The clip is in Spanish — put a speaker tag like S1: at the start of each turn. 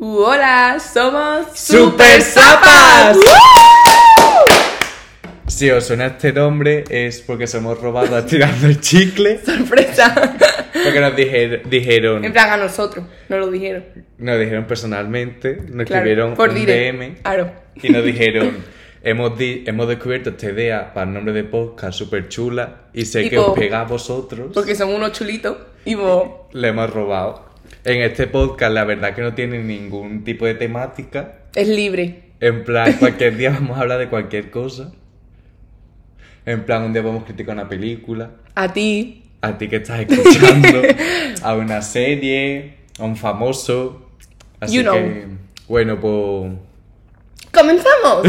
S1: Hola, somos Uh,
S2: ¡Super Zapas!
S1: ¡Woo!
S2: Si os suena este nombre es porque somos robados tirando el chicle.
S1: Sorpresa.
S2: Porque nos dijer- dijeron,
S1: En plan a nosotros, no lo dijeron.
S2: nos dijeron personalmente, nos
S1: Claro,
S2: escribieron
S1: por
S2: un
S1: direct.
S2: DM
S1: Claro.
S2: y nos dijeron, hemos, di- hemos descubierto esta idea para el nombre de podcast súper chula y sé que
S1: Tipo,
S2: os pega a vosotros.
S1: Porque son unos chulitos y vos.
S2: Le hemos robado. En este podcast la verdad que no tiene ningún tipo de temática.
S1: Es libre.
S2: En plan, cualquier día vamos a hablar de cualquier cosa. En plan, un día vamos a criticar una película.
S1: A ti.
S2: a ti que estás escuchando, a una serie, a un famoso. Así
S1: You know.
S2: que, bueno, pues.
S1: ¡Comenzamos!